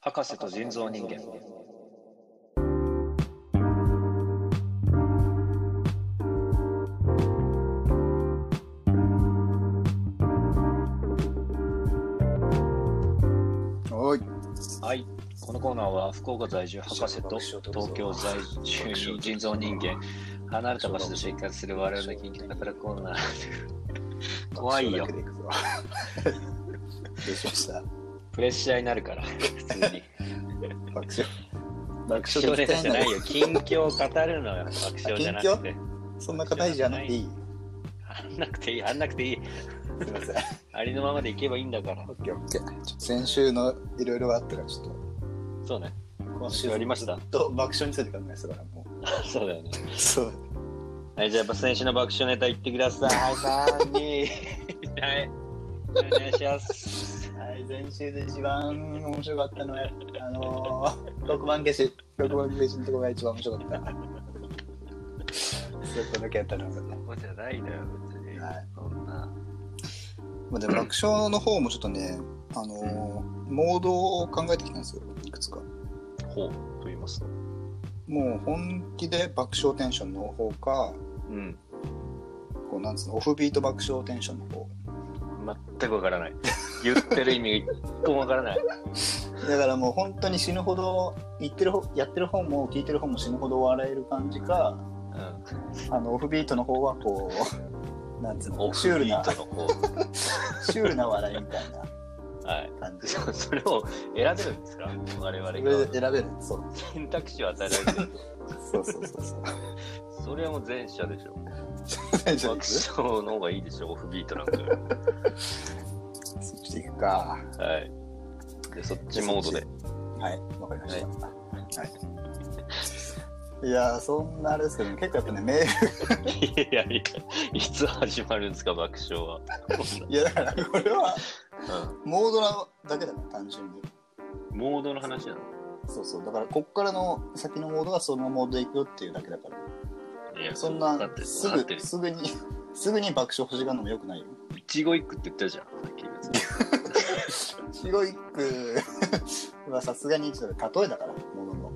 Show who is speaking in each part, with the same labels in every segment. Speaker 1: 博士と人造人間
Speaker 2: おい。
Speaker 1: はいこのコーナーは福岡在住博士と東京在住に人造人間離れた場所で生活する我々の研究働くコ ーナー怖いよ
Speaker 2: 爆笑だけでくぞどうしました
Speaker 1: プレッシャーになるから普 通に
Speaker 2: 爆笑。爆
Speaker 1: 爆笑
Speaker 2: み
Speaker 1: で
Speaker 2: た
Speaker 1: じゃない
Speaker 2: い
Speaker 1: よ 近況を語るのよ爆笑じゃなくて
Speaker 2: そんな硬いじゃなくていい。
Speaker 1: あんなくていいあんなくていい
Speaker 2: すみません。
Speaker 1: ありのままでいけばいいんだから
Speaker 2: オッケーオッケー。ちょっと先週のいろいろあったから、ちょっと
Speaker 1: そうね
Speaker 2: 今週
Speaker 1: やりました
Speaker 2: ずっと爆笑について考えてたから、も
Speaker 1: そうだよね
Speaker 2: う。そう。
Speaker 1: はい、じゃあやっぱ選手の爆笑ネタ言ってください。はい、三二はい、お願いします。
Speaker 2: はい、前週で一番面白かったのは、あの ー、6番消し、6番消しのとこが一番面白かった。そこだけやったのが。
Speaker 1: そうじゃないだよ別に
Speaker 2: はい
Speaker 1: そんな。
Speaker 2: まあ、でも爆笑の方もちょっとね、あのーモードを考えてきたんですよ、いくつか。
Speaker 1: ほうと言いますと。
Speaker 2: もう本気で爆笑テンションの方か、
Speaker 1: うん。
Speaker 2: こうなんつうの、オフビート爆笑テンションの方。
Speaker 1: 全くわからない。 言ってる意味が一個もわからない。
Speaker 2: だからもう本当に死ぬほど、言ってる方、やってる方も聞いてる方も死ぬほど笑える感じか、
Speaker 1: う。
Speaker 2: あの、オフビートの方はこ う、なんつうんの、シュールな、
Speaker 1: の方。
Speaker 2: シュールな笑いみたいな
Speaker 1: はい。
Speaker 2: 感じ。
Speaker 1: そそれを選べるんですか我々
Speaker 2: それ
Speaker 1: が
Speaker 2: で選べる。そう。
Speaker 1: 選択肢を与えられてる
Speaker 2: そうそうそうそう。
Speaker 1: それはもう前者でしょ
Speaker 2: 大丈夫
Speaker 1: 爆笑の方がいいでしょオフビートなんか
Speaker 2: そっちでいくか。
Speaker 1: はいでそっちモードで
Speaker 2: はい、わかりました。はい。いやー、そんなあれですけど、結構やっぱね、メー
Speaker 1: いやいや、いつ始まるんですか、爆笑 は。
Speaker 2: ル、いやだからこれは、
Speaker 1: う
Speaker 2: モードなだけだな、単純に。
Speaker 1: ん、モードの話なの
Speaker 2: そうそう、だからこっからの先のモードがそのモードでいくよっていうだけだから。
Speaker 1: いや
Speaker 2: そん
Speaker 1: だ
Speaker 2: な
Speaker 1: っ、て、
Speaker 2: す
Speaker 1: だって
Speaker 2: ぐ、、すぐに、 すぐに爆笑欲しがるのもよくないよ。
Speaker 1: いちご一句って言ったじゃん、さっき別に
Speaker 2: ヒロイッ クはさすがに、それ例えだから、ものの。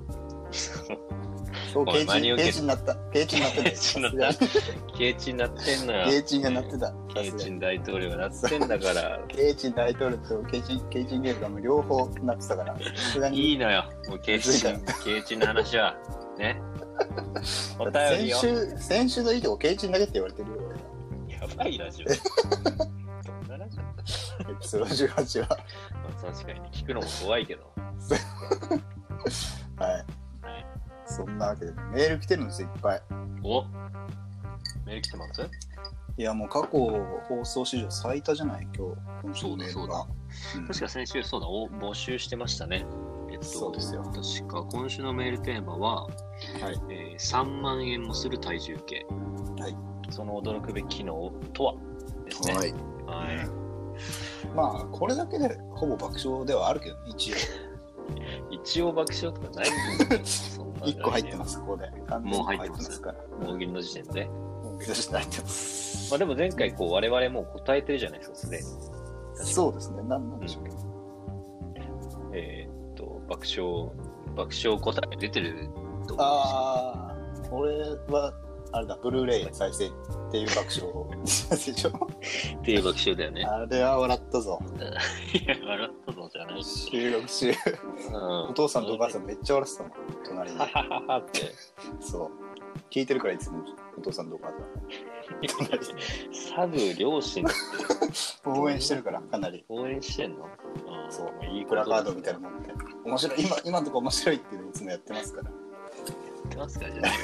Speaker 2: そう、
Speaker 1: お
Speaker 2: ケ
Speaker 1: い
Speaker 2: イ
Speaker 1: 真
Speaker 2: チ
Speaker 1: に
Speaker 2: ン、
Speaker 1: 受
Speaker 2: ケ
Speaker 1: け
Speaker 2: イチンになった。ケイチンになって
Speaker 1: ケイチンにな ったケイチンなってんの
Speaker 2: た。
Speaker 1: よ。
Speaker 2: ケイチンがなってた。
Speaker 1: ケイチン大統領がなってんだから、
Speaker 2: ケイチン大統領とケイチン、ケイチンゲームがもう両方なってたから、さすがに。
Speaker 1: いいのよ、もうケイチン、ケイチンの話は。ね。お便りよ。
Speaker 2: 先週、先週のいいとこケイチンだけって言われてるよ、
Speaker 1: やばいラジオ。 どんなラジオ
Speaker 2: 俺エピソード18は。
Speaker 1: まあ確かに、聞くのも怖いけど。
Speaker 2: はい。
Speaker 1: はい
Speaker 2: そんなわけで、メール来てるんですよ、いっぱい。
Speaker 1: おメール来てます
Speaker 2: いや、もう過去放送史上最多じゃない、今日、今週のメールが。うん
Speaker 1: 確か先週、そうだ、お募集してましたね。えっと、
Speaker 2: そうですよ。
Speaker 1: 確か今週のメールテーマは、
Speaker 2: はい。
Speaker 1: えー3万円もする体重計、
Speaker 2: はい
Speaker 1: その驚くべき機能とはですね。
Speaker 2: はい。
Speaker 1: はい
Speaker 2: まあ、これだけでほぼ爆笑ではあるけどね、一応。
Speaker 1: 一応爆笑とかないんですよ そんな
Speaker 2: 1個入って
Speaker 1: す。
Speaker 2: ます、ここで。完全に
Speaker 1: もう入ってます
Speaker 2: 入から。
Speaker 1: 大喜利の時点で。
Speaker 2: もう別に入ってます。
Speaker 1: まあでも前回こう我々もう答えてるじゃないですか、すでに。
Speaker 2: そうですね、なんなんでしょうけど。
Speaker 1: えーっと、爆笑、爆笑答え出てると思うんですよ
Speaker 2: ああ、これは、あれだ、ブルーレイ再生っていう爆笑で しょ。
Speaker 1: っていう爆笑だよね。
Speaker 2: あれは笑ったぞ。
Speaker 1: いや、 笑ったのじゃないし。
Speaker 2: 収録中。
Speaker 1: うん
Speaker 2: お父さんとお母さんめっちゃ笑ってたもん、隣に
Speaker 1: は。はははって。
Speaker 2: そう。聞いてるからいつもお父さんとお母
Speaker 1: サブ両親って
Speaker 2: さん。応援してるから、かなり。
Speaker 1: 応援してんの
Speaker 2: そう
Speaker 1: まあいい
Speaker 2: プラカードみたい
Speaker 1: な。
Speaker 2: なもんで。面白い、今、今のとこ面白いっていうのいつもやってますから。
Speaker 1: やってますかじゃないよ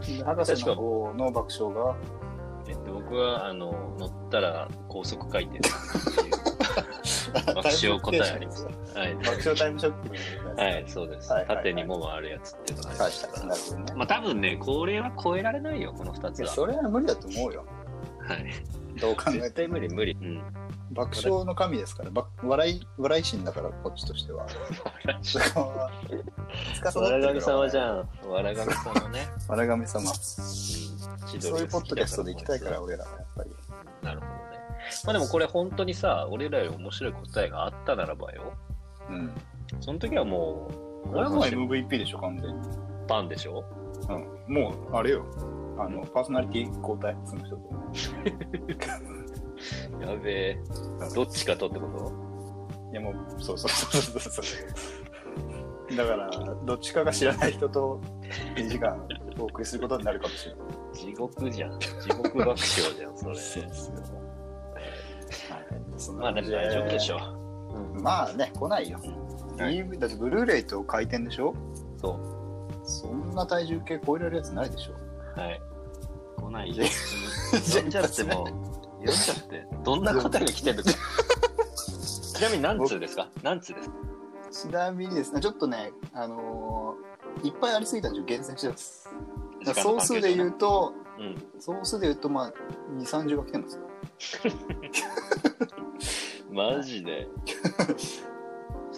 Speaker 1: そう
Speaker 2: 博士の方の爆笑が、
Speaker 1: えっと、僕は、あの、乗ったら高速回転するっていう爆笑答えありました。はい。
Speaker 2: 爆笑タイムショックのやつ
Speaker 1: はい、そうです。
Speaker 2: はいはいはい
Speaker 1: 縦にも回るやつっていうのがあり
Speaker 2: は
Speaker 1: ま
Speaker 2: い
Speaker 1: したか、
Speaker 2: な
Speaker 1: ら
Speaker 2: る。ほどね。
Speaker 1: まあ多分ね、これは超えられないよ、この2
Speaker 2: い
Speaker 1: つ
Speaker 2: や
Speaker 1: は。
Speaker 2: それは無理だと思うよ。
Speaker 1: はい。
Speaker 2: どう考え
Speaker 1: 絶
Speaker 2: て
Speaker 1: 対
Speaker 2: も
Speaker 1: 無理、無理。うん。
Speaker 2: 爆笑の神ですから、ば笑い、笑い神だから、こっちとしては。そこは、
Speaker 1: わらがみ様じ
Speaker 2: ん。
Speaker 1: ゃん。わらがみ様ね。
Speaker 2: 笑神様。
Speaker 1: そう
Speaker 2: そういうポッドキャストで行きたいから、俺らはやっぱり。
Speaker 1: なるほどね。まあでもこれ本当にさ、俺らより面白い答えがあったならばよ、
Speaker 2: うん。
Speaker 1: その時はもう、
Speaker 2: 俺はもう
Speaker 1: 高校生
Speaker 2: MVP でしょ、完全に。
Speaker 1: パンでしょ
Speaker 2: うん。もう、あれよ。あの、パーソナリティ交代、その人と。
Speaker 1: やべえ。どっちかとってこと
Speaker 2: いや、もう、そうそうそうそうそう。だから、どっちかが知らない人と2時間お送りすることになるかもしれな
Speaker 1: 地
Speaker 2: い。
Speaker 1: 獄じゃん。地獄爆笑じゃん、それ。
Speaker 2: そうはいそん
Speaker 1: ま
Speaker 2: な
Speaker 1: あ
Speaker 2: 感
Speaker 1: で
Speaker 2: じ
Speaker 1: も
Speaker 2: で
Speaker 1: 大丈夫でしょ
Speaker 2: まあね、来ないよ。
Speaker 1: はい
Speaker 2: DV だってブルーレイと回転でしょ
Speaker 1: う。そう。
Speaker 2: そんな体重計超えられるやつないでしょ
Speaker 1: はい。来ない
Speaker 2: じ
Speaker 1: よ
Speaker 2: ゃ。
Speaker 1: 読んじゃっても、読んじゃって。どんな答えが来てるのか。ちなみに何通ですか何通ですか
Speaker 2: ちなみにですね、ちょっとね、あのーいっぱいありすぎたんで厳選してます。だから総数で言うと、
Speaker 1: うん。
Speaker 2: 総数で言うと、まあ、2、30が来てます。
Speaker 1: マジ で。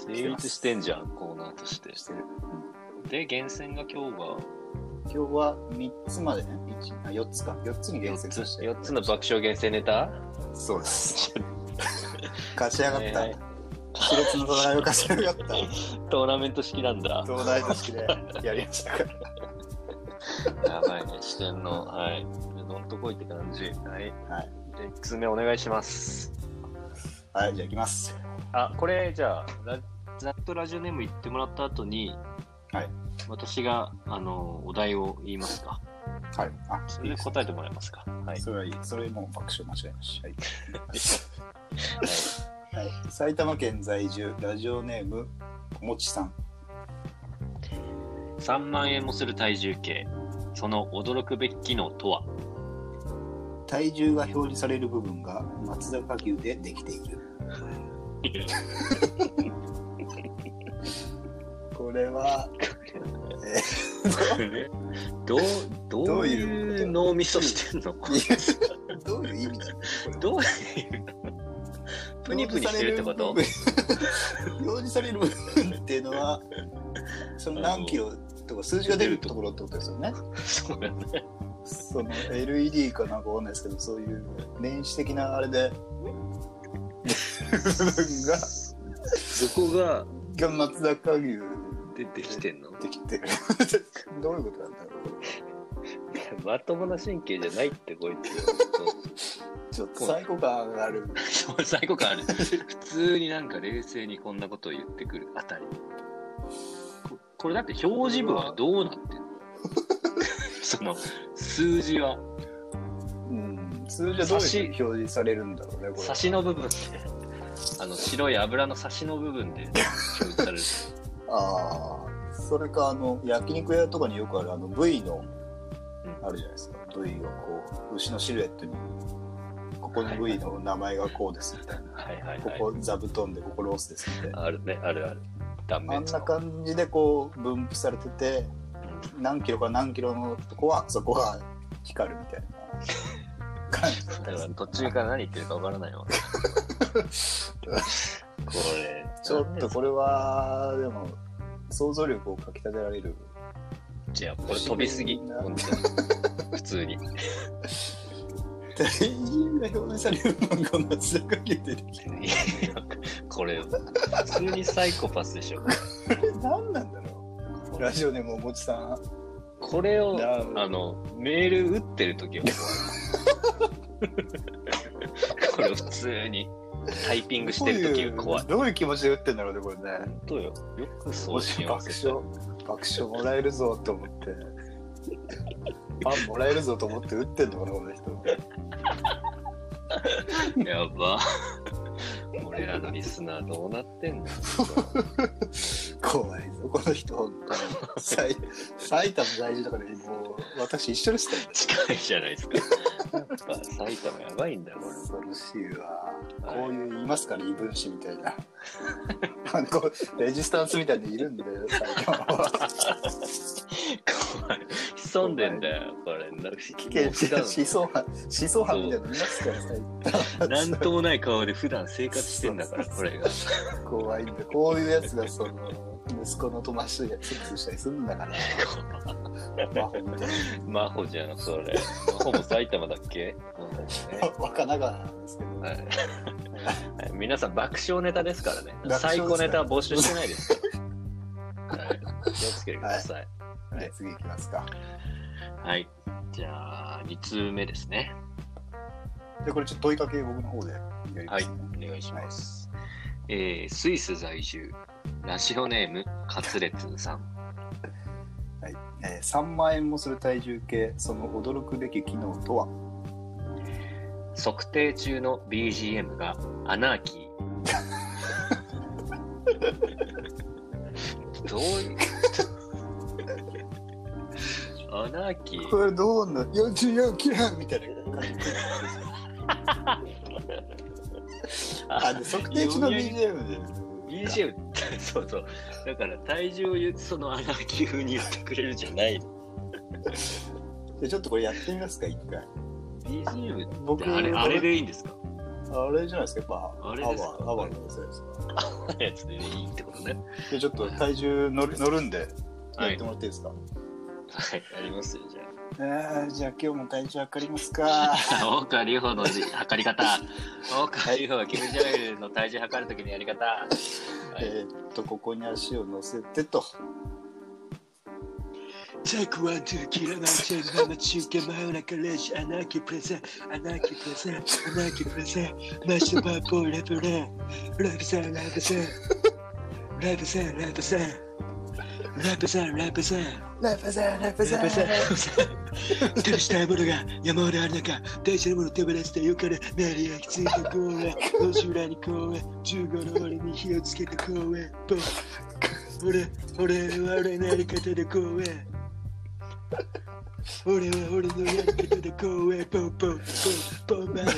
Speaker 1: 成立してんじゃん、コーナーとして。
Speaker 2: してる。
Speaker 1: で、厳選が今日が
Speaker 2: 今日は3つまでね、1あ4つか、4つに厳選
Speaker 1: 4つ
Speaker 2: して。
Speaker 1: 四つの爆笑厳選ネタ
Speaker 2: そう です。勝ち上がった。
Speaker 1: はいはい
Speaker 2: 熾烈の戦いを勝ち上がった。
Speaker 1: トーナメント式なんだ。
Speaker 2: 東大と式でやりましたから。
Speaker 1: やばいね、視点の。はい。どんとこいって感じ。はい。
Speaker 2: はい。
Speaker 1: じゃあ、1通目お願いします。
Speaker 2: はい、じゃあ行きます。
Speaker 1: あ、これ、じゃあ、ラざっとラジオネーム言ってもらった後に、
Speaker 2: はい。
Speaker 1: 私が、あの、お題を言いますか。
Speaker 2: はい。あ、
Speaker 1: それで答えてもらえますか。はい。
Speaker 2: それはいい。それもう爆笑間違えま した。はい。
Speaker 1: はい
Speaker 2: はい、埼玉県在住ラジオネームもちさん
Speaker 1: 3万円もする体重計。その驚くべき機能 とは
Speaker 2: 体重が表示される部分が松坂牛でできているこれは
Speaker 1: どう、どう
Speaker 2: どういう
Speaker 1: い
Speaker 2: こと
Speaker 1: う脳みそしてんの
Speaker 2: どういう意味なの
Speaker 1: どういう、 プニプニしてるってこと
Speaker 2: 表示される部分表示される部分っていうのはその何キロとか数字が出るところってことですよね
Speaker 1: そうだね。
Speaker 2: その LED かなんかわかんないですけどそういう電子的なあれで部分が
Speaker 1: どこが
Speaker 2: が松坂牛
Speaker 1: 出てきてんの
Speaker 2: できてるどういうことなんだろう
Speaker 1: まともな神経じゃないってこい
Speaker 2: ちょっと最高感がある。
Speaker 1: つ。そう、最後感ある。普通になんか冷静にこんなことを言ってくるあたり。ここれだって表示部はどうなってんの その数字は、
Speaker 2: うん、通常どういうふうに表示されるんだろうね、こ
Speaker 1: 差しの部分で、あの白い油の差しの部分で表示される。
Speaker 2: れ。ああ、それか、あの、焼肉屋とかによくある、あの、V の、
Speaker 1: うん
Speaker 2: あるじゃないですか。V がこう、牛のシルエットに、ここの V の名前がこうですみたいな。
Speaker 1: はいはい
Speaker 2: こ
Speaker 1: はい。
Speaker 2: こ座布団で、ここロースですみたいな。
Speaker 1: あるね、あるある。断
Speaker 2: あ
Speaker 1: 面
Speaker 2: ん
Speaker 1: 図
Speaker 2: な感じでこう、分布されてて、何キロか何キロのとこは、そこは光るみたいな感じ
Speaker 1: だ から途中から何言ってるかわからない わ。これ。
Speaker 2: ちょっとこれは、でも、想像力をかきたてられる。
Speaker 1: じゃあ、これ飛びすぎ。本当に普通に。
Speaker 2: 体重が表示されるのが松坂牛でできてる。
Speaker 1: いやこれ、普通にサイコパスでしょ。
Speaker 2: これ何なんだろうラジオでもおもちさん。
Speaker 1: これを
Speaker 2: なるほ、ど
Speaker 1: あの、メール打ってる時は怖い。これ普通にタイピングしてる時は怖い。
Speaker 2: どういう気持ちで打ってんだろうね、これね。
Speaker 1: 本当よ。よくそ
Speaker 2: も
Speaker 1: う
Speaker 2: し
Speaker 1: し
Speaker 2: 爆
Speaker 1: よう。
Speaker 2: 笑、爆笑もらえるぞと思って。パンもらえるぞと思って打ってんのかな、この人。
Speaker 1: やば。俺らのリスナーどうなってんの
Speaker 2: 怖いぞ、この人、本当に。埼埼玉在住だから、もう、私一緒でしたよ。
Speaker 1: 近いじゃないですか。やっぱ埼玉やばいんだよ、これ。
Speaker 2: 恐ろしいわ、
Speaker 1: はい
Speaker 2: こういういますから異分子みたいな あのこうレジスタンスみたいにいるんで最近は
Speaker 1: 怖い。潜んでんだよ、これ。な
Speaker 2: 危険
Speaker 1: もう
Speaker 2: 思想犯、思想犯みたいなの見ますからさ、
Speaker 1: 普段なんともない顔で普段生活してんだから、これが。
Speaker 2: 怖いんだ。こういうやつが、その、息子の友達とセックスしたりするんだ から、魔法みたい
Speaker 1: マホじゃん、それ。マホも埼玉だっけ、
Speaker 2: な。わかながらなんですけど、
Speaker 1: はい、はい皆さん爆笑ネタですからね。
Speaker 2: 爆笑ですから
Speaker 1: 最高ネタは募集してないですから。はい、気をつけてください。
Speaker 2: じゃあ次行きますか。
Speaker 1: はい、じゃあ、2通目ですね。
Speaker 2: で、これちょっと問いかけ僕の方でやりま
Speaker 1: はい
Speaker 2: すね。、
Speaker 1: お願いします。えースイス在住、ラジオネーム、カツレツさん。
Speaker 2: えー3万円もする体重計、その驚くべき機能とは
Speaker 1: 測定中の BGM がアナーキー。どういうアナーキー
Speaker 2: これどうなの ?44 キラみたいな。あ、で測定値の BGM で。
Speaker 1: BGM って そうそうだから体重を言うそのアナーキー風に言ってくれるじゃないの
Speaker 2: でちょっとこれやってみますか、一回。
Speaker 1: BGM っ
Speaker 2: 僕
Speaker 1: てあれあれでいいんですか
Speaker 2: あれじゃないですか、やっぱ、
Speaker 1: あれですか
Speaker 2: アワー、アワーのやつです
Speaker 1: あのやつでいいってことね
Speaker 2: で、ちょっと体重乗る乗るんで、
Speaker 1: は
Speaker 2: やっ
Speaker 1: い
Speaker 2: てもらっていいですか。
Speaker 1: はいありますよじゃ
Speaker 2: えーじゃあ今日も体重測りますか。
Speaker 1: あ大川隆法の字測り方大川隆法はキム・ジョンイルの体重測るときのやり方はい
Speaker 2: えーっと、ここに足を乗せてと。
Speaker 1: チェックワン、ツー、キラマン、チェックママ、中継、真夜中、レジ、アナーキープレゼン、アナーキープレゼン、アナーキープレゼン、マシュバーボー、レブレン、レブゼン、レブゼン、レブゼン、レブゼン、レブゼン、レブゼン、
Speaker 2: ラプゼン、ラプ
Speaker 1: レブゼン、ど うしたいものが山ほどある中、大事なものを手放してよから、鳴り焼きついた公園、路地裏に公園、15の俺に火をつけた公園、ボン俺、俺は俺のやり方で公園。俺は俺のやり方で公園。ポンポンポンポンマレ。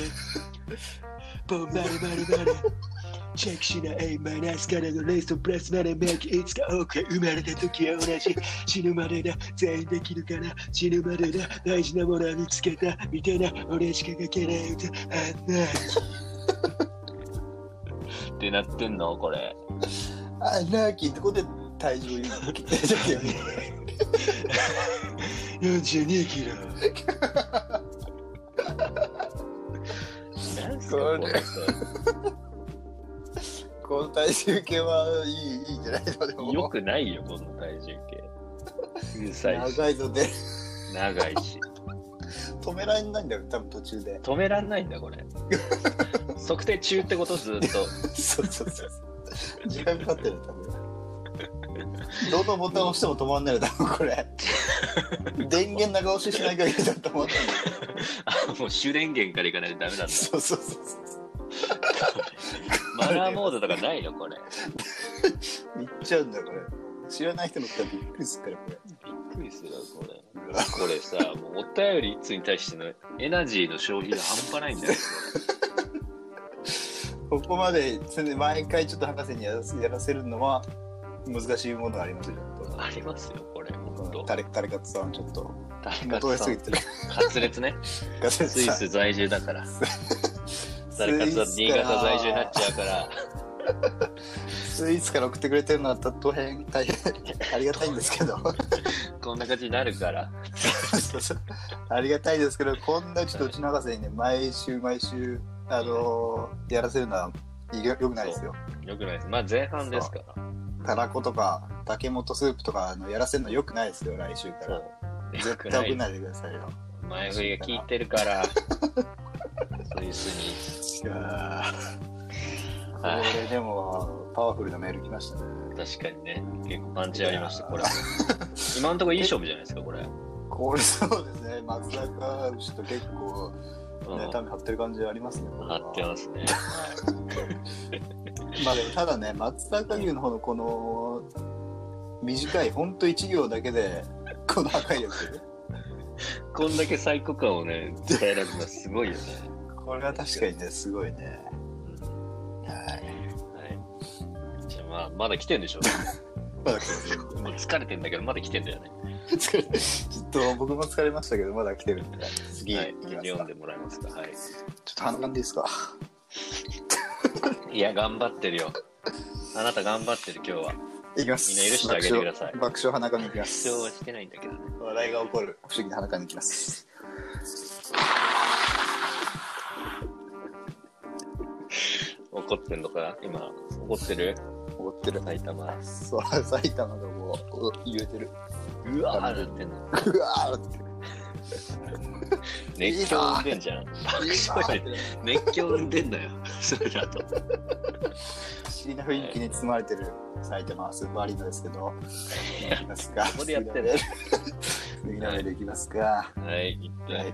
Speaker 1: ポンマレマレマレ。チェックしない A マイナスからのレースとプラスまでメイクいつか多く生まれた時は同じ死ぬまでだ全員できるから死ぬまでだ大事なものは見つけたみたいな俺しか書けない歌あんなってなってんのこれ
Speaker 2: あ、ナーキーってことで体重を言うの。体重計を言う
Speaker 1: 42キロ。何すかこれ
Speaker 2: の この体重計はいい、いいんじゃないのでも。
Speaker 1: よくないよ、この体重計。うるさいし、
Speaker 2: 長いので、
Speaker 1: 長いし。
Speaker 2: 止められないんだよ、多分途中で。
Speaker 1: 止めらんないんだ、これ。測定中ってことずっと。
Speaker 2: そうそうそうそう。時間かかってる、多分。どのボタンを押しても止まんないよ、多分 これ。電源長押ししない限りだと止まんないよ。
Speaker 1: あもう主電源からいかないとダメなんだ。
Speaker 2: そうそうそう
Speaker 1: マナーモードとかないの、これ。
Speaker 2: そう。いっちゃうんだよ、これ。知らない人のったらびっくりするから、これ。
Speaker 1: びっくりするな、これ。これさ、もうお便り1つに対してのエナジーの消費が半端ないんだよ。
Speaker 2: ここまで、それで毎回ちょっと博士にやらせやらせるのは難しいものがありますよ、ちょっと
Speaker 1: ありますよ、これ。
Speaker 2: こ
Speaker 1: 本
Speaker 2: の
Speaker 1: 当。
Speaker 2: タレタレカツさん、ちょっと、
Speaker 1: 田中
Speaker 2: 求め
Speaker 1: さ
Speaker 2: す
Speaker 1: ん
Speaker 2: ぎてる。
Speaker 1: カツレ ツね。
Speaker 2: ガセ
Speaker 1: スイス在住だから。
Speaker 2: ス
Speaker 1: タレカツは新潟在住になっちゃうから。
Speaker 2: スイーツから送ってくれてるのはと大変大変ありがたいんですけど
Speaker 1: こんな感じになるから。
Speaker 2: ありがたいですけどこんなちょっとうちの博士にね毎週毎週あのーやらせるのはいよよくないですよ
Speaker 1: よくないです。まあ前半ですから。
Speaker 2: たらことか竹本スープとかあのやらせるのよくないですよ来週か
Speaker 1: そ
Speaker 2: ら
Speaker 1: う。
Speaker 2: 絶
Speaker 1: よ
Speaker 2: 対
Speaker 1: く
Speaker 2: 危
Speaker 1: ない。
Speaker 2: ないでくださいよ
Speaker 1: 前振りが効いてるから。スイス
Speaker 2: いやー
Speaker 1: はい
Speaker 2: これでもパワフルなメール来ましたね
Speaker 1: に。確かにね。結構パンチありました、これ。今のところいい勝負じゃないですか、これ。
Speaker 2: これそうですね松坂牛と結構
Speaker 1: う
Speaker 2: ね
Speaker 1: ん
Speaker 2: タメ張ってる感じありますねこれは
Speaker 1: 張ってますね。
Speaker 2: まあでもただね松阪牛の方のこの短いほんと1行だけでこの破壊力
Speaker 1: こんだけ最高感を ね、伝えられるのはすごいよね。
Speaker 2: これは確かにねすごいね
Speaker 1: うん
Speaker 2: はい
Speaker 1: はい。じゃあまあ、まだ来てんでしょうね。
Speaker 2: まだ来てる。
Speaker 1: もう疲れてんだけど、まだ来てんだよね。
Speaker 2: 疲れちょっと僕も疲れましたけど、まだ来てるんで。次、
Speaker 1: はい
Speaker 2: い、きます
Speaker 1: 読
Speaker 2: か。
Speaker 1: ん
Speaker 2: ち
Speaker 1: で
Speaker 2: ょ
Speaker 1: もらえますか。はい。
Speaker 2: っと反乱でいいですか。
Speaker 1: いや、頑張ってるよ。あなた頑張ってる、今日は。
Speaker 2: いきます。
Speaker 1: みんな許してあげてください
Speaker 2: 爆笑爆笑鼻紙いきま
Speaker 1: 主
Speaker 2: す。
Speaker 1: 張はしてないんだけどね。
Speaker 2: 笑いが起こる。不思議な鼻紙いきます。
Speaker 1: 怒ってんのか今、怒ってる
Speaker 2: 怒ってる。
Speaker 1: 埼玉。
Speaker 2: そう、埼玉がもう、う揺れてる。
Speaker 1: うわーってんの。
Speaker 2: うわーって。
Speaker 1: 熱狂生んでんじゃん。爆笑じゃん
Speaker 2: 不
Speaker 1: 熱狂生んでんだよ。 それだと。
Speaker 2: 思議な雰囲気に包まれてる埼玉スーパーアリーナですけど。いきますか。
Speaker 1: ここでやってる
Speaker 2: 次のメールいきますか。
Speaker 1: はい、一体。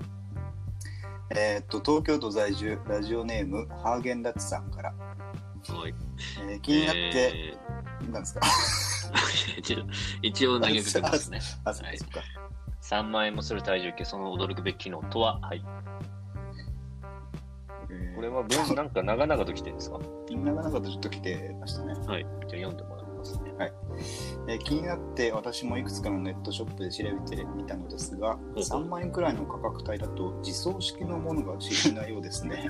Speaker 2: えーっと、東京都在住、ラジオネーム、ハーゲンダッツさんから。
Speaker 1: はい。
Speaker 2: えー気になって、
Speaker 1: え
Speaker 2: なんですか
Speaker 1: ー 一応一応投げかけますね。
Speaker 2: あ、そうですか。
Speaker 1: 3万円もする体重計、その驚くべき機能とは、はい。これは文、なんか長々と来てるんですかは
Speaker 2: みんながなんかとちょっと来てましたね。
Speaker 1: い。じゃあ読んでもらいますね。
Speaker 2: えー気になって私もいくつかのネットショップで調べてみたのですが
Speaker 1: ほう
Speaker 2: 3万円くらいの価格帯だと自走式のものが主流なようですね、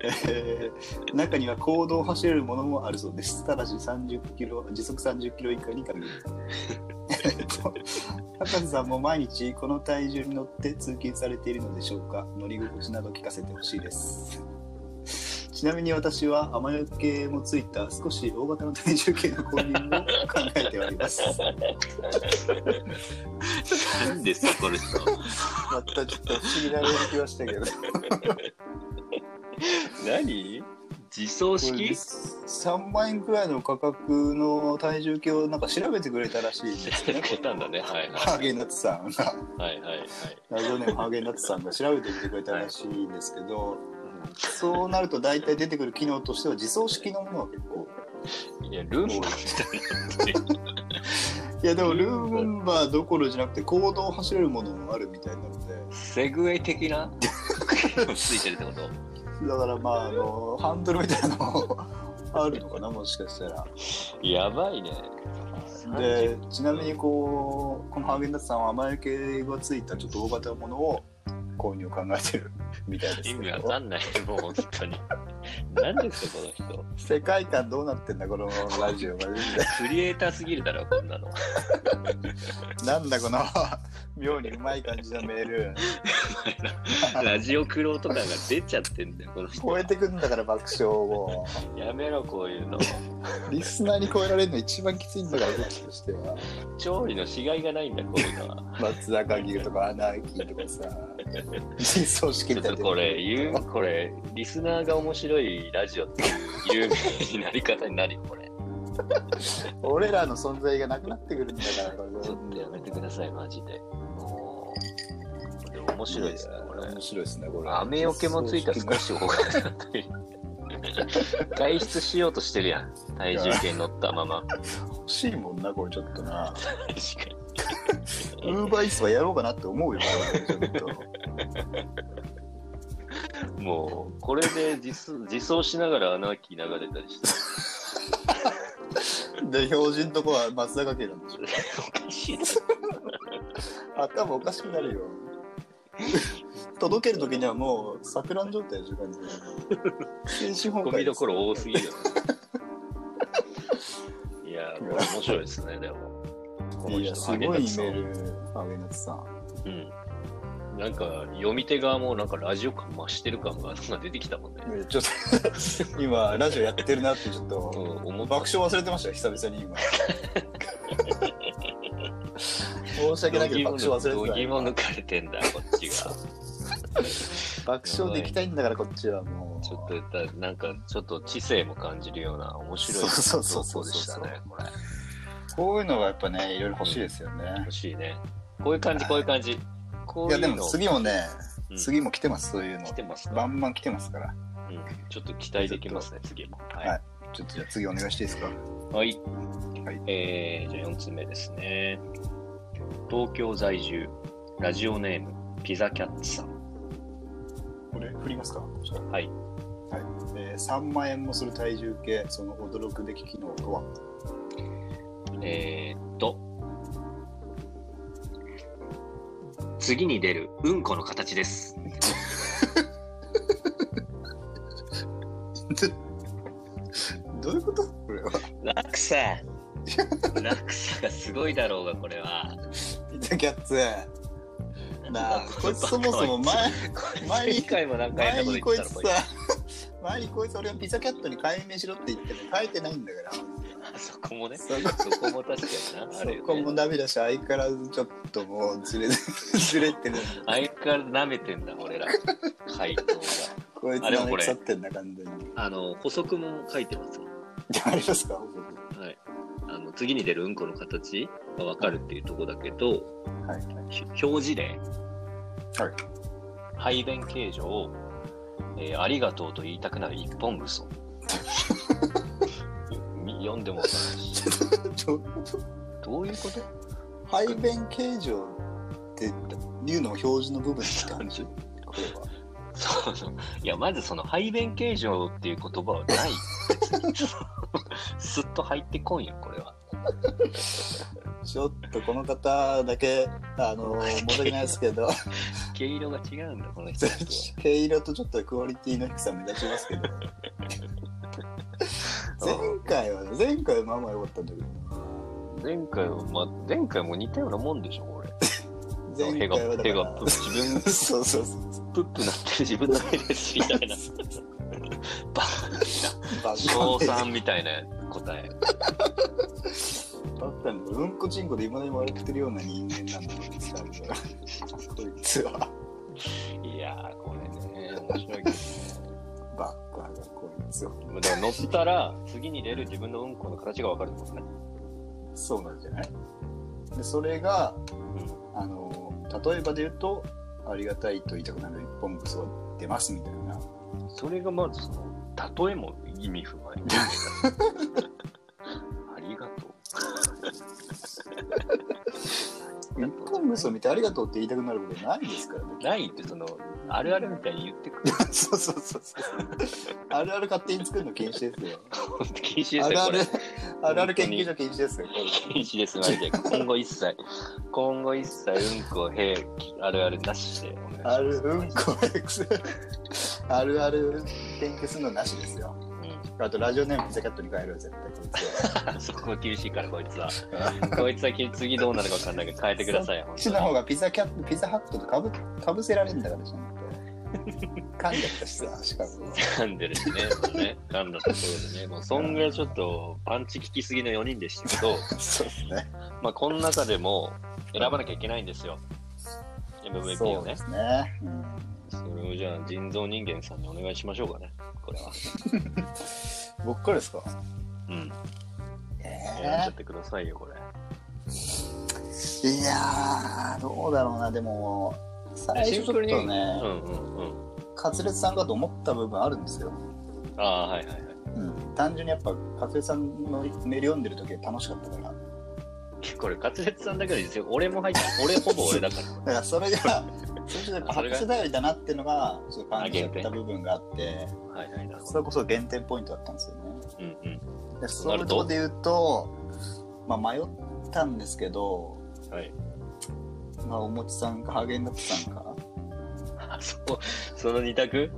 Speaker 2: えー中には公道を走れるものもあるそうですただし30キロ時速30キロ以下に限るえーと博士さんも毎日この体重に乗って通勤されているのでしょうか乗り心地など聞かせてほしいですちなみに私は雨よけもついた少し大型の体重計の購入も考えております。
Speaker 1: 何ですか、これ人。
Speaker 2: またちょっと不思議な動きましたけど。
Speaker 1: 何自走式
Speaker 2: 3万円くらいの価格の体重計をなんか調べてくれたらしいですね。
Speaker 1: ボタンだね。はい
Speaker 2: ハ
Speaker 1: は
Speaker 2: ーゲンダッツさんが、
Speaker 1: い。はいはいはい。
Speaker 2: ラジオネームハーゲンダッツさんが調べてきてくれたらしいんですけど、そうなると大体出てくる機能としては自走式のものが結構
Speaker 1: いや、ルンバみたいな。
Speaker 2: いやでもルーンバーどころじゃなくて公道を走れるものもあるみたいなので
Speaker 1: セグウェイ的なついてるってこと
Speaker 2: だからまああのハンドルみたいなのあるのかなもしかしたら。
Speaker 1: やばいね。
Speaker 2: でちなみにこうこのハーゲンダッツさんは甘やけがついたちょっと大型のものを購入を考えてるみたいです
Speaker 1: 意
Speaker 2: け
Speaker 1: 味わ
Speaker 2: ど
Speaker 1: かんない、もう本当に。何ですか、この人。
Speaker 2: 世界観どうなってんだこのラジオが
Speaker 1: クリエイターすぎるだろ、こんなの。
Speaker 2: なんだこの妙にうまい感じのメール
Speaker 1: ラジオクロとかが出ちゃってんだよ、この人
Speaker 2: 超えてくんだから爆笑を
Speaker 1: やめろ、こういうの。
Speaker 2: リスナーに超えられるの一番きついんだから僕としては
Speaker 1: 調理のしがいがないんだ、こういうのは。
Speaker 2: 松坂牛とかアナーキーとかさ人相式
Speaker 1: ちょっ
Speaker 2: み
Speaker 1: た
Speaker 2: い
Speaker 1: と
Speaker 2: な
Speaker 1: これ、言う、これ、リスナーが面白いラジオっていう有名になり方になるよ、これ。
Speaker 2: 俺らの存在がなくなってくるんだからこれ
Speaker 1: ちょっとやめてください、マジで。もう、これ面白いですね、これ。
Speaker 2: 面白いですねこれ
Speaker 1: 雨よけもついた
Speaker 2: 少
Speaker 1: 少し大型だったり外出しようとしてるやん体重計に乗ったまま確
Speaker 2: 欲しいもんなこれちょっとな
Speaker 1: かに
Speaker 2: ウーバーイーツはやろうかなって思うよこれちょっと
Speaker 1: もうこれで自走自走しながら穴開き流れたりして
Speaker 2: で標準のとこは松坂家なんでしょ
Speaker 1: おかしいな
Speaker 2: 頭おかしくなるよ 届ける時にはもう錯乱状態でしょ感じ 精 神
Speaker 1: ゴ
Speaker 2: 崩
Speaker 1: ミ
Speaker 2: 壊
Speaker 1: どころ多すぎるよいやーこれ面白いですねでもこの
Speaker 2: いや
Speaker 1: 人
Speaker 2: すごいメ
Speaker 1: ハーゲンダッツさん
Speaker 2: ールハーゲンダッツさん
Speaker 1: うんなんか読み手側もなんかラジオ感増してる感がなんか出てきたもんね、
Speaker 2: ちょっと今ラジオやってるなってちょっ
Speaker 1: う
Speaker 2: と
Speaker 1: ん、思った
Speaker 2: 爆笑忘れてましたよ久々 に今申し訳ないけど爆笑忘れてた
Speaker 1: 度肝抜かれてんだこっちが
Speaker 2: 爆笑でいきたいんだからこっちはもう
Speaker 1: ちょっとだなんかちょっと知性も感じるような面白い
Speaker 2: そうそうそ
Speaker 1: 投
Speaker 2: うそう
Speaker 1: 稿でしたねこれ
Speaker 2: こういうのがやっぱねいろいろ欲しいですよね、
Speaker 1: 欲しいねこういう感じこういう感じこう
Speaker 2: い
Speaker 1: いう
Speaker 2: やで
Speaker 1: の
Speaker 2: も次もね、
Speaker 1: うん
Speaker 2: 次も来てますそういうの
Speaker 1: 来てます
Speaker 2: バ
Speaker 1: か、
Speaker 2: ンバン来てますから
Speaker 1: うん、ちょっと期待できますね次もはい、
Speaker 2: はちょっとじゃあ次お願いしていいですか
Speaker 1: はい
Speaker 2: はい
Speaker 1: えー、じゃあ4つ目ですね東京在住ラジオネームピザキャッツさん
Speaker 2: これ振りますか
Speaker 1: はい、
Speaker 2: えー、3万円もする体重計その驚くべき機能とは
Speaker 1: えーっと、次に出るうんこの形です。
Speaker 2: どういうことこれは。
Speaker 1: 落 差落差がすごいだろうが、これは。
Speaker 2: ピタキャッツ。なあ、こいつそもそも前、前
Speaker 1: 前
Speaker 2: に
Speaker 1: 一回も何回か
Speaker 2: 前
Speaker 1: こと
Speaker 2: にこい
Speaker 1: 言っ
Speaker 2: つ
Speaker 1: て
Speaker 2: さ
Speaker 1: たのこい、
Speaker 2: 前にこいつ俺はピザキャットに解明しろって言っても書いてないんだか
Speaker 1: つそこもね
Speaker 2: ら。、そこ
Speaker 1: そこも確かにな、あれ
Speaker 2: そこ
Speaker 1: よ
Speaker 2: も
Speaker 1: ね。
Speaker 2: ダメだし、相変わらずちょっともうずれ、ずれてるんだよ。
Speaker 1: 相変わらず舐めてんだ、俺ら。回答が。
Speaker 2: こいつ
Speaker 1: あれも
Speaker 2: 舐
Speaker 1: こ
Speaker 2: め
Speaker 1: れ
Speaker 2: 腐ってんだ、完全に。
Speaker 1: あの、補足も書いてますもん
Speaker 2: ありますか
Speaker 1: はい。あの、次に出るうんこの形がわかるっていうとこだけど、
Speaker 2: はい。
Speaker 1: ひ表示例。
Speaker 2: はい。
Speaker 1: 排便形状、えーありがとうと言いたくなる一本嘘。 み読んでもわからないし。
Speaker 2: ちょっと
Speaker 1: どういうこと
Speaker 2: 排便形状っていうのも表示の部分って感じこれは。
Speaker 1: そうそう。いや、まずその排便形状っていう言葉はない。すっと入ってこんよ、これは。
Speaker 2: ちょっとこの方だけ、あの、申し訳ないですけど、
Speaker 1: 毛色が違うんだ、この人たち
Speaker 2: 毛色とちょっとクオリティの低さ目立ちますけど。前
Speaker 1: は。
Speaker 2: 回は、前回はまあまあ良かったんだけど、
Speaker 1: 前回は、まあ、前回も似たようなもんでしょ、これ。
Speaker 2: 前回はだか
Speaker 1: 手が
Speaker 2: ら、
Speaker 1: 自分
Speaker 2: そうそうそう。
Speaker 1: プップなってる自分の目ですみた いなバカ
Speaker 2: バカ
Speaker 1: 賞賛みたいな答え
Speaker 2: だったのうんこちんこで今でも笑ってるような人間なんだけどさ、こいつは。
Speaker 1: いやーこれね面白いけどね
Speaker 2: バカだ、こいつは。
Speaker 1: だから乗ったら次に出る自分のうんこの形が分かるってことね
Speaker 2: そうなんじゃないでそれが、あの、例えばで言うと、ありがたいと言いたくなる一本物は出ますみたいな。
Speaker 1: それがまずその例えも意味 不明ありがとう
Speaker 2: 一本物を見てありがとうって言いたくなることないですからね。
Speaker 1: ないってそのあるあるみたいに言ってくる
Speaker 2: そうそうそうそう。あるある勝手に作るの禁止ですよ。
Speaker 1: 禁止です
Speaker 2: あ
Speaker 1: よ
Speaker 2: るあ
Speaker 1: これ
Speaker 2: る、 あるある研究所禁止ですよ。
Speaker 1: 禁止ですマジで今後一切今後一切うんこへあるあるなしでお願いします
Speaker 2: ある、うんこ X。あるある研究するのなしですよ。
Speaker 1: うん
Speaker 2: あと、ラジオネームピザキャットに変えるわ、絶対こいつ
Speaker 1: そ
Speaker 2: は。
Speaker 1: こ厳しいから、こいつ は。こいつは次どうなるか分かんないけど、変えてください、
Speaker 2: こ
Speaker 1: 本
Speaker 2: っ
Speaker 1: 当
Speaker 2: ち
Speaker 1: に
Speaker 2: の方がピザキャット、ピザハットとかぶかぶせられるんだから、ちゃんと。噛んじゃったしさ、しかも。
Speaker 1: 噛んでるしね、もうね、噛んだところでね、もうそんぐらいちょっとパンチ効きすぎの4人でしたけ ど、
Speaker 2: そうですね。
Speaker 1: まあ、この中でも選ばなきゃいけないんですよ、MVP
Speaker 2: そ
Speaker 1: を
Speaker 2: うで
Speaker 1: ね。
Speaker 2: すね。うん
Speaker 1: それをじゃあ、人造人間さんにお願いしましょうかね、これは。
Speaker 2: 僕からですか
Speaker 1: うん、選んじゃ
Speaker 2: え
Speaker 1: ってくださいよ、これ。
Speaker 2: えいやー、どうだろうな、でも、最初ちょっと
Speaker 1: うん
Speaker 2: ね、
Speaker 1: うんうん。
Speaker 2: カツレツさんかと思った部分あるんですよ。
Speaker 1: ああ、はいはいはい。
Speaker 2: うん、単純にやっぱ、カツレツさんのメール読んでる時は楽しかったから。だ
Speaker 1: これ、滑舌さんだけですよ。俺も入って、俺ほぼ俺だから。
Speaker 2: から それが、それでやっぱ
Speaker 1: それが
Speaker 2: 白世代だなっていうのが、ちょっと感じちゃった部分があって、
Speaker 1: はいはい、なるほ
Speaker 2: それ
Speaker 1: ど。
Speaker 2: こそ減点ポイントだったんですよね。
Speaker 1: うんうん。
Speaker 2: でそういうとこで言うと、まあ迷ったんですけど、
Speaker 1: はい。
Speaker 2: まあおもちさんかハーゲンダッツさんか。
Speaker 1: あそこその二択
Speaker 2: う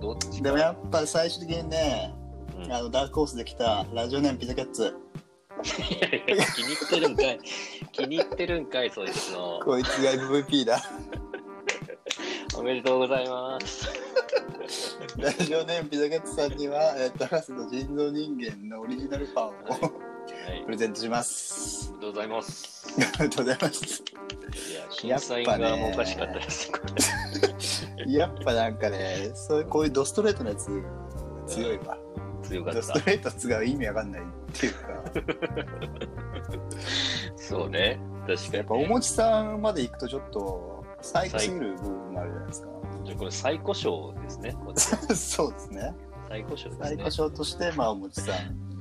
Speaker 1: どっち
Speaker 2: ん。でもやっぱ最終的にね、
Speaker 1: うんいや
Speaker 2: あのダークホースで来たラジオネームピザキャッツ
Speaker 1: いや気に入ってるんかい気に入ってるんかいそいつの
Speaker 2: こいつが MVP だ
Speaker 1: おめでとうござい ます
Speaker 2: ラジオネームピザキャッツさんにはえー高瀬と人造人間のオリジナルパンを
Speaker 1: はい
Speaker 2: プレゼントします
Speaker 1: おめでとうございます
Speaker 2: ありがとうございます
Speaker 1: いや審査員側もおかしかったですこれ
Speaker 2: やっぱなんかねそういうこういうドストレートなやつ強いわ
Speaker 1: 強かっ
Speaker 2: ドスト
Speaker 1: た
Speaker 2: レート使う意味わかんないってい うか
Speaker 1: そうね確か
Speaker 2: やっぱ
Speaker 1: に
Speaker 2: お
Speaker 1: ね、
Speaker 2: もちさんまで行くとちょっと最高すぎる部分もあるじゃないです
Speaker 1: じゃあこれ最古賞ですねこっち
Speaker 2: かそうですね
Speaker 1: 最古賞です
Speaker 2: 最
Speaker 1: ね
Speaker 2: 高賞としてまあおもちさん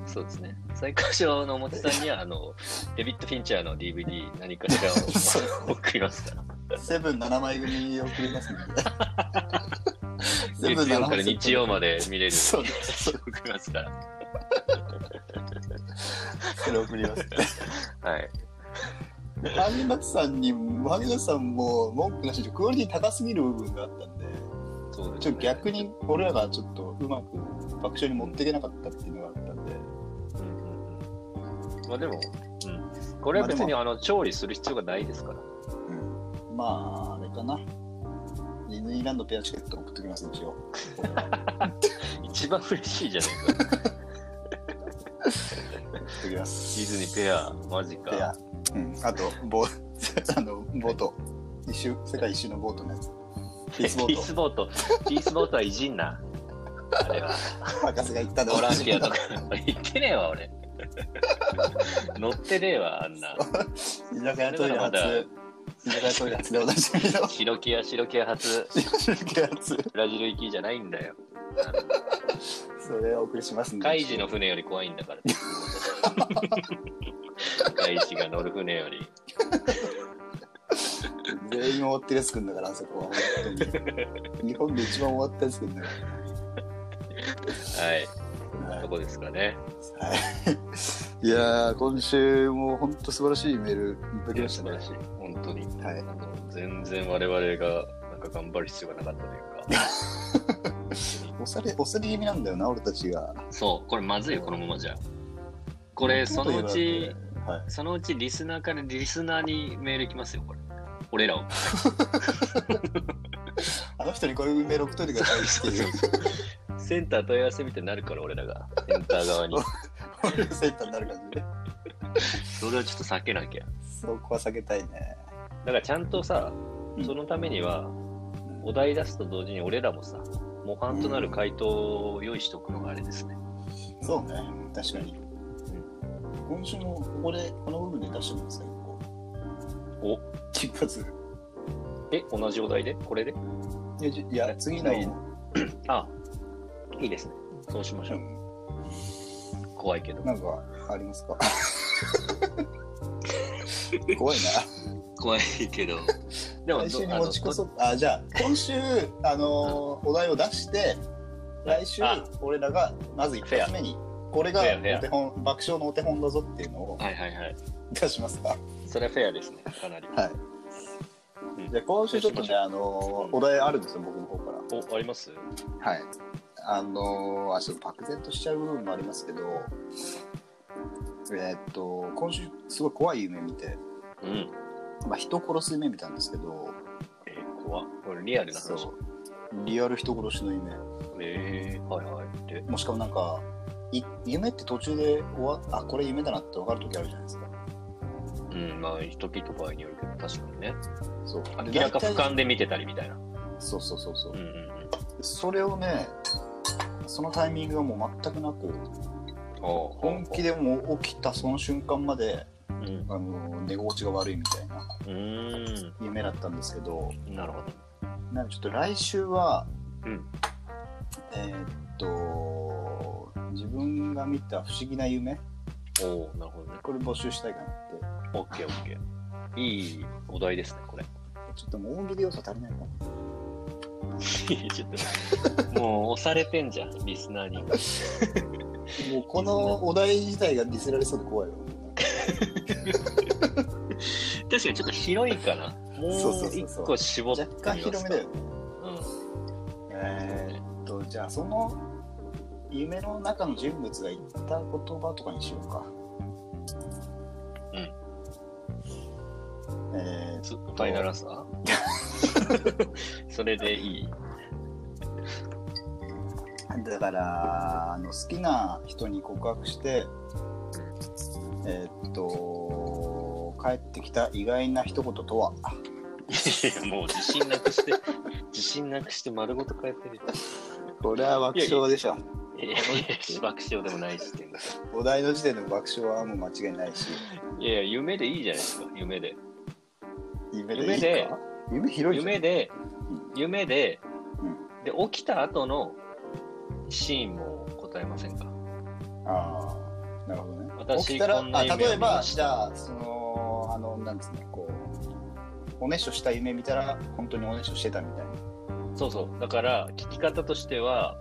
Speaker 1: そうですね最古賞のおもちさんにはあのデビッド・フィンチャーの DVD 何かしら を送りますから
Speaker 2: セブン7枚組送りますね。
Speaker 1: 月曜から日曜まで見れる
Speaker 2: そうです。
Speaker 1: 送りますから
Speaker 3: それ送ります。
Speaker 1: はい。
Speaker 2: ハゲダスさんに、ハゲダスさんも文句なしで、クオリティ高すぎる部分があったんで、
Speaker 1: そうです
Speaker 2: ちょ
Speaker 1: ね
Speaker 2: っと逆に俺らがちょっとうまく爆笑に持っていけなかったっていうのがあったんで、
Speaker 1: うんうんうんまあでも、うん、これは別にあの調理する必要がないですから。
Speaker 2: まあ、あれかな。ディズニーランドペアチケット送ってきます、一応。
Speaker 1: 一番嬉しいじゃない ですか。
Speaker 2: 送ってきます。
Speaker 1: ディズニーペア、マジ
Speaker 2: ペア
Speaker 1: か。。
Speaker 2: うん。あと、ボ あの、ボート。一周、世界一周のボートのやつ。 ピースボ
Speaker 1: ピ
Speaker 2: ー
Speaker 1: ー
Speaker 2: ト。
Speaker 1: スボート。ピースボートはいじんな。あれは。
Speaker 2: 博士が行ったんで、
Speaker 1: ボランティアとか。行ってねえわ、俺。乗ってねえわ、あんな。
Speaker 2: 居酒屋トイレ
Speaker 1: まだまだ
Speaker 2: 初。居酒屋トイレ初でおなじみの。
Speaker 1: 白木屋、白木屋初、
Speaker 2: 居酒屋初。
Speaker 1: ブラジル行きじゃないんだよ。
Speaker 2: それをお送りしますんで。
Speaker 1: カイジの船より怖いんだ から。カイジが乗る船より。
Speaker 2: 全員終わってるやつくんだから、あそこは。本当 に日本で一番終わったやつくんだか
Speaker 1: はい。
Speaker 2: ら。はい
Speaker 1: どこですかね。
Speaker 2: いやー、今週も本当素晴らしいメールいただきまし
Speaker 1: 素
Speaker 2: た
Speaker 1: 晴
Speaker 2: ね
Speaker 1: ら。しい。本当に。
Speaker 2: はい
Speaker 1: あ。の全然我々がなんか頑張る必要がなかったというか。
Speaker 2: おされ、おされ気味なんだよな、俺たちが。
Speaker 1: そう、これまずいよ、このままじゃ。これ、そのうち、、
Speaker 2: はい。
Speaker 1: そのうちリスナーからリスナーにメール来ますよ、これ。俺らを。
Speaker 2: あの人にこういうメール送っといてくださいっていう。
Speaker 1: センター問い合わせみたいになるから、俺らが。センター側に。
Speaker 2: 俺のセンターになる感じね。
Speaker 1: それはちょっと避けなきゃ。
Speaker 2: そこは避けたいね。
Speaker 1: だからちゃんとさ
Speaker 2: う、ん
Speaker 1: そのためには、お題出すと同時に俺らもさ、模範となる回答を用意しておくのがあれですね。
Speaker 2: そうね、確かに。今週もここで、この部分で出してもらってた
Speaker 1: お
Speaker 2: 一発。
Speaker 1: え、同じお題でこれで
Speaker 2: いやじいや、次の。
Speaker 1: あ、いいですね。そうしましょう。怖いけど。
Speaker 2: なんかあります か怖い
Speaker 1: 怖いけ ど。で
Speaker 2: な。
Speaker 1: も、
Speaker 2: 来週に
Speaker 1: あの
Speaker 2: 持ちこそ、あ、じゃあ、今週、あのーお題を出して、来週
Speaker 1: あ、
Speaker 2: 俺らが、まず一発目に、これが
Speaker 1: フェアフェア
Speaker 2: お手本、爆笑のお手本だぞっていうのを
Speaker 1: はいはいはい。
Speaker 2: 出しますか。
Speaker 1: それはフェアですね、かなり。
Speaker 2: はい
Speaker 1: うん。
Speaker 2: じゃあ、今週ちょっと
Speaker 1: そうしまし
Speaker 2: ね、あのーお題あるんですよ、僕の方か
Speaker 1: お、あります
Speaker 2: ら。はい。あのーあ、ちょっと漠然としちゃう部分もありますけど、えーっと、今週、すごい怖い夢見て、
Speaker 1: うん。
Speaker 2: まあ、人殺す夢見たんですけど、
Speaker 1: えー、怖っこれリアルな
Speaker 2: そ
Speaker 1: 話。
Speaker 2: うリアル人殺しの夢
Speaker 1: えー、はいはい。で、
Speaker 2: もうしかもなんかい夢って途中で終わあこれ夢だなって分かる時あるじゃないですか
Speaker 1: うん、まあ、時と場合によるけど、確かにね。
Speaker 2: そう
Speaker 1: 明らか俯
Speaker 2: 大体
Speaker 1: 瞰で見てたりみたいな。
Speaker 2: そうそうそうそう
Speaker 1: うんう、んうん。
Speaker 2: それをねそのタイミングがもう全くなく本
Speaker 1: 本
Speaker 2: 気。でもう起きたその瞬間まで
Speaker 1: うん。
Speaker 2: あの寝心地が悪いみたいな
Speaker 1: うー
Speaker 2: 夢だったんですけど
Speaker 1: ん。なるほど。
Speaker 2: なんかちょっと来週は、
Speaker 1: うん
Speaker 2: えーっと自分が見た不思議な夢
Speaker 1: おおなるほどね。
Speaker 2: これ募集したいかなって
Speaker 1: オッケーオッケー。いいお題ですね、これ。
Speaker 2: ちょっともう大喜利要素足りないかも。
Speaker 1: ちょっと、もう押されてんじゃん、リスナーに。
Speaker 2: もうこのお題自体がディスられそうで怖いよ。
Speaker 1: 確かにちょっと広いかな。もう
Speaker 2: そうそうそう
Speaker 1: 一
Speaker 2: そう
Speaker 1: 個絞って
Speaker 2: 若
Speaker 1: みますか。
Speaker 2: 干広めだよ。
Speaker 1: うん。
Speaker 2: えーっと、じゃあその夢の中の人物が言った言葉とかにしようか。うん。え
Speaker 1: ファイナルアンサーそれでいい。
Speaker 2: ー、だからあの、好きな人に告白して、えーっと、帰ってきた意外な一言とは、
Speaker 1: もう自信なくして、自信なくして丸ごと変えてる。
Speaker 2: これは爆笑でしょ。
Speaker 1: いやいや、爆笑でもないしっていうか
Speaker 2: お題の時点で爆笑はもう間違いないし。
Speaker 1: いやいや、夢でいいじゃないですか、夢で。
Speaker 2: 夢
Speaker 1: 夢
Speaker 2: でいい
Speaker 1: で
Speaker 2: か夢広いじゃん
Speaker 1: 夢で、夢で
Speaker 2: うん、
Speaker 1: で、起きた後のシーンも答えませんか。
Speaker 2: ああなるほどね
Speaker 1: 私
Speaker 2: 起きたら
Speaker 1: こんな
Speaker 2: あ
Speaker 1: 夢を
Speaker 2: 例え
Speaker 1: 見
Speaker 2: ば
Speaker 1: まし
Speaker 2: じゃあそのあのなんつうのこうおねしょした夢見たら本当におねしょしてたみたいな
Speaker 1: そうそう。だから、聞き方としては、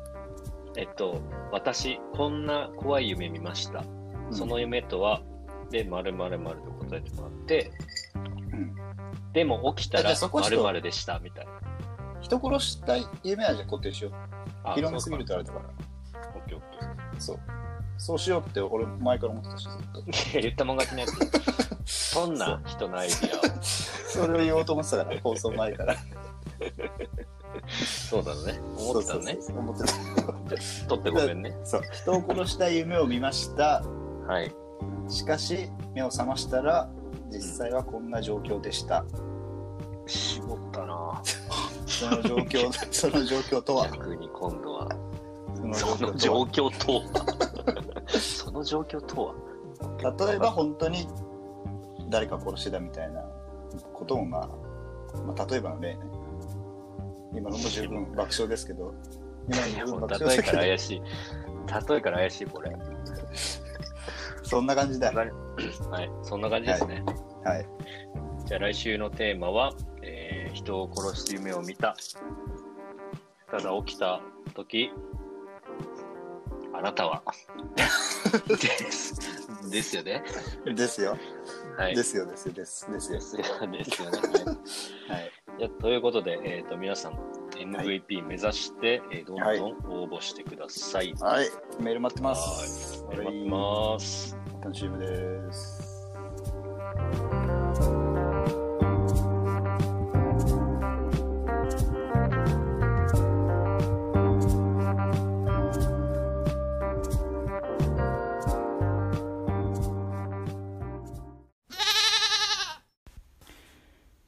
Speaker 1: えっと、私、こんな怖い夢見ました。
Speaker 2: うん
Speaker 1: その夢とは、で、まるまるまると答えてもらって、
Speaker 2: ん
Speaker 1: でも起きた
Speaker 2: あじゃ
Speaker 1: ら
Speaker 2: あそこ
Speaker 1: ま
Speaker 2: ちょっ
Speaker 1: る
Speaker 2: と
Speaker 1: まるでしたみたいな。
Speaker 2: 人殺した夢はじゃあ固定しよう。
Speaker 1: あ
Speaker 2: 広めすぎるとあれだか
Speaker 1: そうかオッケーオッケ
Speaker 2: ら。そう。そうしようって俺前から思ってたし、ずっと。
Speaker 1: ー言ったもん勝ちのや つ。そんな人のアイディアを。
Speaker 2: それを言おうと思ってた から、放送前から。
Speaker 1: そうだね。思ってたのね
Speaker 2: そう。そうそう思ってた。
Speaker 1: 取ってごめんね。
Speaker 2: そう。人を殺した夢を見ました。
Speaker 1: はい。
Speaker 2: しかし、目を覚ましたら、実際はこんな状況でした。
Speaker 1: 絞ったな
Speaker 2: その状 況、その状況とは。
Speaker 1: 逆に今度は。
Speaker 2: その
Speaker 1: その状況と は。その状況とは。
Speaker 2: とは例えば本当に誰か殺してたみたいなこともまあ、まあ、例えばの例ね。今のも十分爆笑ですけど、今の
Speaker 1: いや
Speaker 2: も十分
Speaker 1: もう
Speaker 2: 爆
Speaker 1: 例
Speaker 2: 笑
Speaker 1: え
Speaker 2: で
Speaker 1: から
Speaker 2: すけ
Speaker 1: 怪しい。例えから怪しい、これ。
Speaker 2: ど、そんな感じだよ。
Speaker 1: はい。そんな感じですね。
Speaker 2: はい。
Speaker 1: じゃあ来週のテーマは、えー人を殺して夢を見た。ただ起きた時、あな たは。です。ですよね。
Speaker 2: ですよ。
Speaker 1: はい。
Speaker 2: ですよ、ですよ、ですです
Speaker 1: で
Speaker 2: よ。
Speaker 1: すよね。
Speaker 2: はい。
Speaker 1: いやということで、えー、と皆さん MVP 目指して、えーどん
Speaker 2: はい
Speaker 1: どん応募してください。
Speaker 2: はい。メール待ってます。
Speaker 1: はい待ってます。
Speaker 2: す。楽しみです。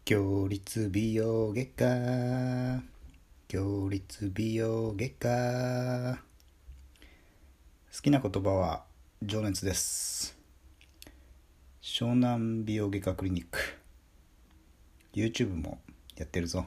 Speaker 2: 強立美容外科強立美容外科好きな言葉は情熱です湘南美容外科クリニック YouTube もやってるぞ